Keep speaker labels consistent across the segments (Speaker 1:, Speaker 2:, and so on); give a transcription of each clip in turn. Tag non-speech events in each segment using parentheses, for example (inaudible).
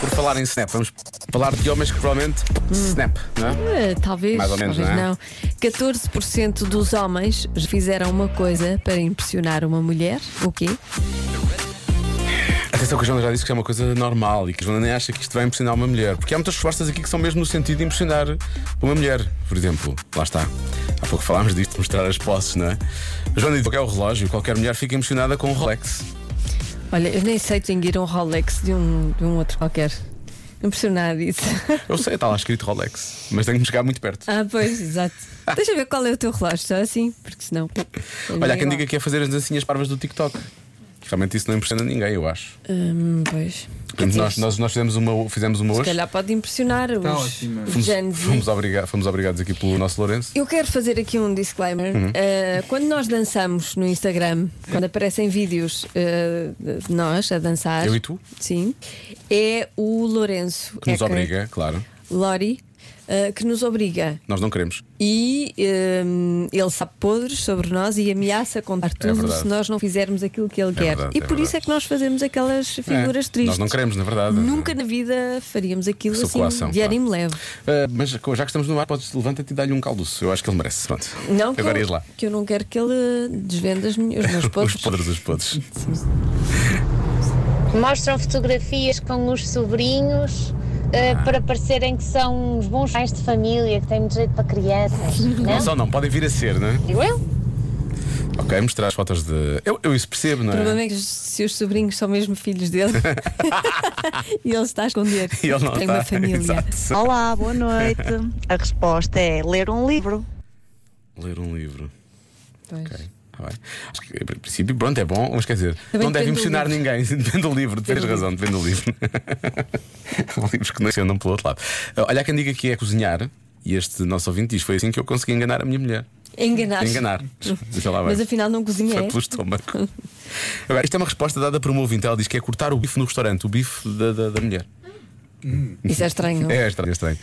Speaker 1: Por falar em Snap, vamos falar de homens que provavelmente Snap, não é?
Speaker 2: Eh, Talvez,
Speaker 1: Mais ou menos,
Speaker 2: talvez
Speaker 1: não é?
Speaker 2: não. 14% dos homens já fizeram uma coisa para impressionar uma mulher. O quê?
Speaker 1: Atenção que a Joana já disse que é uma coisa normal e que a Joana nem acha que isto vai impressionar uma mulher. Porque há muitas respostas aqui que são mesmo no sentido de impressionar uma mulher. Por exemplo, lá está. Há pouco falámos disto, mostrar as posses, não é? A Joana diz que é o relógio, qualquer mulher fica impressionada com o Rolex.
Speaker 2: Olha, eu nem sei distinguir um Rolex de um, de um outro qualquer. Impressionado isso. (laughs)
Speaker 1: Eu sei, está lá escrito Rolex, mas tenho que chegar muito perto.
Speaker 2: ah, pois, exato. Deixa eu ver qual é o teu relógio, só assim, porque senão.
Speaker 1: Olha, há quem diga que é fazer as dancinhas parvas do TikTok. Realmente isso não impressiona ninguém, eu acho.
Speaker 2: Hum, pois.
Speaker 1: Por exemplo, nós, nós, nós fizemos uma, fizemos uma
Speaker 2: Se
Speaker 1: hoje.
Speaker 2: calhar pode impressionar os,
Speaker 3: ótimo.
Speaker 2: os Gen Z.
Speaker 1: Fomos, obriga fomos obrigados aqui pelo nosso Lourenço.
Speaker 2: Eu quero fazer aqui um disclaimer.
Speaker 1: Uhum.
Speaker 2: Uh, quando nós dançamos no Instagram, quando aparecem vídeos uh, de nós a dançar,
Speaker 1: Eu e tu?
Speaker 2: sim, é o Lourenço
Speaker 1: Que nos
Speaker 2: é
Speaker 1: obriga, claro.
Speaker 2: Lori, uh, que nos obriga.
Speaker 1: Nós não queremos.
Speaker 2: E um, ele sabe podres sobre nós e ameaça contar tudo
Speaker 1: É verdade.
Speaker 2: se nós não fizermos aquilo que ele quer.
Speaker 1: verdade,
Speaker 2: e
Speaker 1: é
Speaker 2: por
Speaker 1: verdade.
Speaker 2: isso é que nós fazemos aquelas figuras
Speaker 1: É,
Speaker 2: tristes.
Speaker 1: Nós não queremos, na verdade.
Speaker 2: Nunca na vida faríamos aquilo
Speaker 1: Sob
Speaker 2: assim
Speaker 1: coação,
Speaker 2: de
Speaker 1: claro.
Speaker 2: ânimo leve.
Speaker 1: Ah, mas já que estamos no ar, podes levanta-te e dar-lhe um caldoço. Eu acho que ele merece. Pronto.
Speaker 2: Não
Speaker 1: Agora
Speaker 2: que, eu,
Speaker 1: ias lá.
Speaker 2: que eu não quero que ele desvenda os meus,
Speaker 1: (laughs)
Speaker 2: os meus
Speaker 1: Os
Speaker 2: podres. Então.
Speaker 1: podres, os podres.
Speaker 4: Mostram fotografias com os sobrinhos eh,
Speaker 1: Ah.
Speaker 4: para parecerem que são uns bons pais de família, que têm muito jeito para crianças.
Speaker 1: Não
Speaker 4: Não?
Speaker 1: só não, podem vir a ser, não é?
Speaker 4: Digo eu?
Speaker 1: Ok, mostrar as fotos de. Eu, eu isso percebo, não
Speaker 2: O problema
Speaker 1: é?
Speaker 2: é que os- se os sobrinhos são mesmo
Speaker 1: (laughs)
Speaker 2: filhos dele e ele está a esconder.
Speaker 1: E ele não
Speaker 2: tem
Speaker 1: está. (laughs)
Speaker 2: uma família.
Speaker 1: Exato.
Speaker 5: Olá, boa noite. A resposta é ler um livro.
Speaker 1: Ler um livro.
Speaker 2: Pois.
Speaker 1: Ok. Tá bem. Acho que, em princípio, pronto, é bom, mas quer dizer,
Speaker 2: Também
Speaker 1: não deve
Speaker 2: depende do
Speaker 1: impressionar
Speaker 2: livro.
Speaker 1: ninguém. (laughs) Depende do livro, tens
Speaker 2: do
Speaker 1: razão, depende do livro. (laughs) Livros que não andam pelo outro lado. Olha, há quem diga que é cozinhar, e este nosso ouvinte diz: foi assim que eu consegui enganar a minha mulher.
Speaker 2: Enganar.
Speaker 1: Enganar. Sei lá,
Speaker 2: Mas
Speaker 1: bem.
Speaker 2: afinal não cozinha.
Speaker 1: Foi
Speaker 2: é?
Speaker 1: pelo estômago. Agora, isto é uma resposta dada por um ouvinte. Ela diz que é cortar o bife no restaurante, o bife da, da, da mulher.
Speaker 2: Isso é
Speaker 1: (laughs)
Speaker 2: estranho.
Speaker 1: É estranho, é estranho.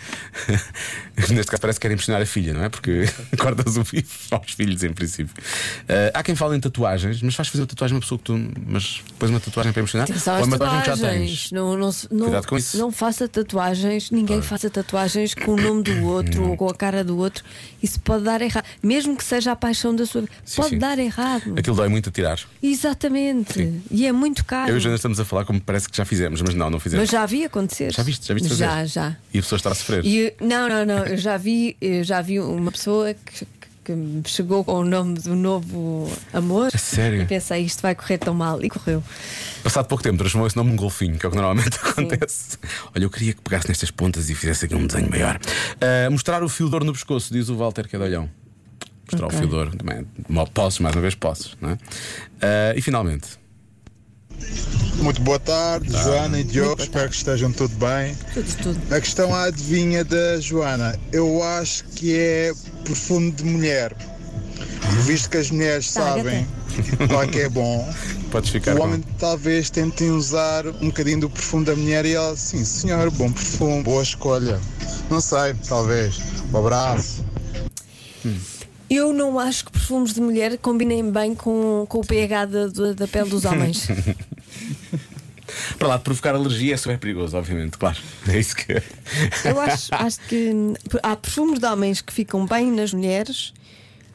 Speaker 1: Neste caso, parece que quer impressionar a filha, não é? Porque (laughs) cortas o bife aos filhos, em princípio. Ah, há quem fale em tatuagens, mas faz fazer uma tatuagem a uma pessoa que tu. Mas depois uma tatuagem para impressionar?
Speaker 2: Atenção
Speaker 1: ou é
Speaker 2: às
Speaker 1: uma tatuagem que já
Speaker 2: tatuagens.
Speaker 1: tens?
Speaker 2: Não, não, se- não,
Speaker 1: Cuidado com isso.
Speaker 2: não faça tatuagens, ninguém faça tatuagens com o nome do outro ou com a cara do outro. Isso pode dar errado. Mesmo que seja a paixão da sua vida,
Speaker 1: Sim,
Speaker 2: pode
Speaker 1: sim. É
Speaker 2: dar errado.
Speaker 1: Aquilo dói muito a tirar.
Speaker 2: Exatamente. E é muito caro.
Speaker 1: Eu e o Jonas estamos a falar como parece que já fizemos, mas não, não fizemos.
Speaker 2: Mas já vi acontecer.
Speaker 1: Já viste? Já viste fazer?
Speaker 2: Já, já.
Speaker 1: E a pessoa está a sofrer.
Speaker 2: E, não, não, não. Eu já vi, eu já vi uma pessoa que, que me chegou com o nome do novo amor.
Speaker 1: A sério?
Speaker 2: E pensei, isto vai correr tão mal. E correu.
Speaker 1: Passado pouco tempo, transformou esse nome num golfinho, que é o que normalmente (laughs) acontece. Olha, eu queria que pegasse nestas pontas e fizesse aqui um desenho maior. Ah, mostrar o fio de ouro no pescoço, diz o Walter Cadolhão. Mostrar
Speaker 2: Ok.
Speaker 1: o fio de ouro também. Mo- Posses, mais uma vez, posses, não é? Ah, e finalmente,
Speaker 6: Muito boa tarde, Joana e Diogo. Espero que estejam tudo bem.
Speaker 2: Tudo, tudo.
Speaker 6: A questão à adivinha da Joana, eu acho que é perfume de mulher. Visto que as mulheres
Speaker 2: Tá,
Speaker 6: sabem qual é que é bom, (laughs)
Speaker 1: podes ficar.
Speaker 6: o
Speaker 1: com-
Speaker 6: homem talvez tente usar um bocadinho do perfume da mulher e ela, sim, senhor, bom perfume, boa escolha. Não sei, talvez. Um abraço.
Speaker 2: Eu não acho que perfumes de mulher combinem bem com, com o pH da, da- da pele
Speaker 1: (laughs)
Speaker 2: dos homens.
Speaker 1: Para lá de provocar alergia é super perigoso, obviamente, claro. (laughs) É isso que.
Speaker 2: eu acho, acho que hum, há perfumes de homens que ficam bem nas mulheres.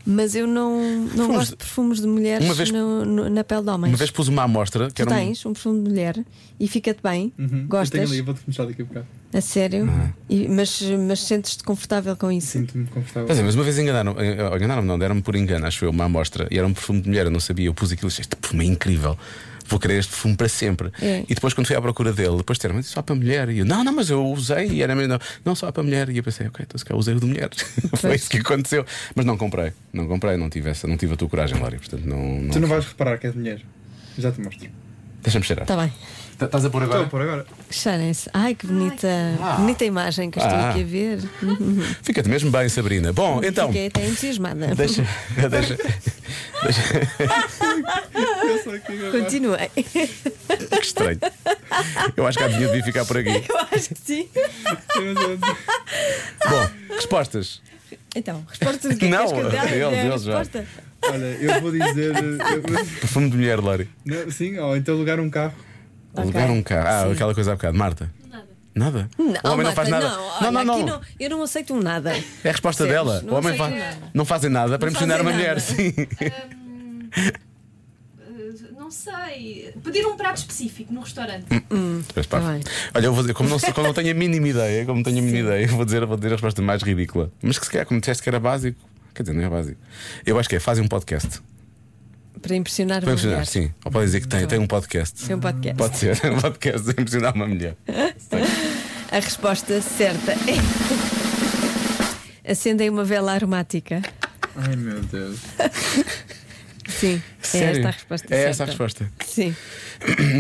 Speaker 2: Mas eu não, não
Speaker 1: Perfumes
Speaker 2: gosto de perfumes de mulheres
Speaker 1: Uma vez-
Speaker 2: no- no- na pele de homens.
Speaker 1: Uma vez pus uma amostra que
Speaker 2: tu
Speaker 1: era um-
Speaker 2: tens um perfume de mulher e fica-te bem, gostas.
Speaker 3: Uhum. Eu tenho ali, vou-te mostrar daqui a bocado.
Speaker 2: A sério?
Speaker 1: Uhum.
Speaker 2: E- mas mas sentes-te confortável com isso?
Speaker 3: Sinto-me confortável.
Speaker 1: Mas, é, mas uma vez enganaram, eh, enganaram-me, não, deram-me por engano, acho eu, uma amostra e era um perfume de mulher, eu não sabia. Eu pus aquilo e disse: Este perfume é incrível, vou querer este perfume para sempre.
Speaker 2: É.
Speaker 1: E depois, quando fui à procura dele, depois disseram: Mas isso é para mulher. E eu: Não, não, mas eu usei e era mesmo, não, não só é para mulher. E eu pensei: Ok, então se calhar usei o de mulher. (laughs) Foi
Speaker 2: Pois.
Speaker 1: isso que aconteceu. Mas não comprei, não comprei, não tive, essa, não tive a tua coragem, Lória. Portanto, não. não...
Speaker 3: Tu não vais reparar que és mulher. Já te mostro.
Speaker 1: Deixa-me cheirar.
Speaker 2: Está bem.
Speaker 1: Tá- Estás a pôr agora?
Speaker 3: Estou por agora.
Speaker 2: Cheirem-se. Ai, que bonita, bonita imagem que eu estou
Speaker 1: Ah.
Speaker 2: aqui a ver.
Speaker 1: Então, Fica-te mesmo bem, Sabrina. Bom, (laughs) então.
Speaker 2: Fiquei até entusiasmada.
Speaker 1: Deixa. (laughs) deixa, deixa
Speaker 3: Eu sei que agora.
Speaker 2: Continuei. (laughs)
Speaker 1: que estranho. Eu acho que a adivinha devia ficar por aqui.
Speaker 2: Eu acho que sim.
Speaker 1: Bom, respostas.
Speaker 2: Então, resposta do quê?
Speaker 1: Não,
Speaker 2: Queres que eu dê a-
Speaker 1: ele,
Speaker 2: dê a
Speaker 1: ele já.
Speaker 2: resposta?
Speaker 3: Olha, eu vou dizer. eu vou-
Speaker 1: Perfume de mulher, Lori.
Speaker 3: não, sim, ou então alugar um carro.
Speaker 1: Alugar um carro. Ah, aquela coisa há bocado. Marta. Nada. Nada. o homem não
Speaker 2: Marta,
Speaker 1: faz nada.
Speaker 2: Não, olha,
Speaker 1: não, não.
Speaker 2: aqui não- Eu não aceito um nada.
Speaker 1: É a resposta
Speaker 2: Percebes?
Speaker 1: dela.
Speaker 2: Não
Speaker 1: o homem
Speaker 2: aceito
Speaker 1: fa-
Speaker 2: nada.
Speaker 1: não fazem nada para
Speaker 2: Não
Speaker 1: impressionar uma
Speaker 2: fazem
Speaker 1: mulher,
Speaker 2: nada.
Speaker 1: sim.
Speaker 2: (laughs)
Speaker 7: Uh, Hum, Não sei. Pedir um prato específico no restaurante.
Speaker 1: Mas pá,
Speaker 2: Tá bem.
Speaker 1: Olha, eu vou dizer, como não, sei- como não tenho a mínima ideia, como não tenho a mínima ideia, vou dizer, vou dizer a resposta mais ridícula. Mas que se calhar, como disseste que era básico, quer dizer, não é básico. Eu acho que é, fazem um podcast.
Speaker 2: Para impressionar uma
Speaker 1: Podemos dizer,
Speaker 2: mulher.
Speaker 1: sim. Ou podem dizer que tem, tem um podcast.
Speaker 2: Tem um podcast. É
Speaker 1: Pode ser, (laughs) um podcast de impressionar uma mulher.
Speaker 2: A resposta certa é. (laughs) Acendem uma vela aromática.
Speaker 3: Ai meu Deus.
Speaker 2: Sim, é
Speaker 1: Sério?
Speaker 2: esta a resposta
Speaker 1: É
Speaker 2: certa.
Speaker 1: essa a resposta.
Speaker 2: Sim.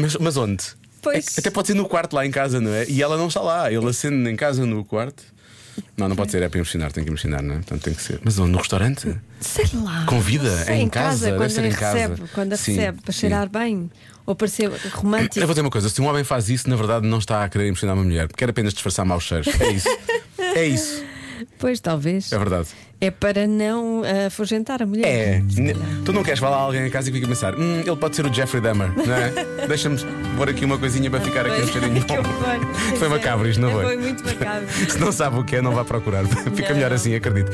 Speaker 1: Mas, mas onde?
Speaker 2: Pois.
Speaker 1: É- Até pode ser no quarto lá em casa, não é? E ela não está lá, ele acende em casa no quarto. Não, não pode ser, é para impressionar, tem que impressionar, não é? Portanto, tem que ser. Mas onde? No restaurante?
Speaker 2: Sei lá.
Speaker 1: Convida,
Speaker 2: Não sei,
Speaker 1: é em casa, deve
Speaker 2: quando
Speaker 1: ser
Speaker 2: a
Speaker 1: em casa.
Speaker 2: recebe, quando a
Speaker 1: Sim,
Speaker 2: recebe, para
Speaker 1: sim.
Speaker 2: cheirar bem ou para ser romântico.
Speaker 1: Eu vou dizer uma coisa: se um homem faz isso, na verdade não está a querer impressionar uma mulher, quer apenas disfarçar maus cheiros. É isso. É isso.
Speaker 2: Pois, talvez.
Speaker 1: É verdade.
Speaker 2: É para não ah, afugentar a mulher.
Speaker 1: É. N- Tu não queres falar a alguém em casa e fica a pensar: hum, ele pode ser o Jeffrey Dahmer, não é? Deixa-me pôr aqui uma coisinha para ficar aqui um cheirinho
Speaker 2: (laughs) Que
Speaker 1: bom.
Speaker 2: (laughs) horror. é.
Speaker 1: Foi macabro isto, não foi?
Speaker 2: Foi muito macabro.
Speaker 1: Se não sabe o que é, não vá procurar. Fica
Speaker 2: Não.
Speaker 1: melhor assim, acredito.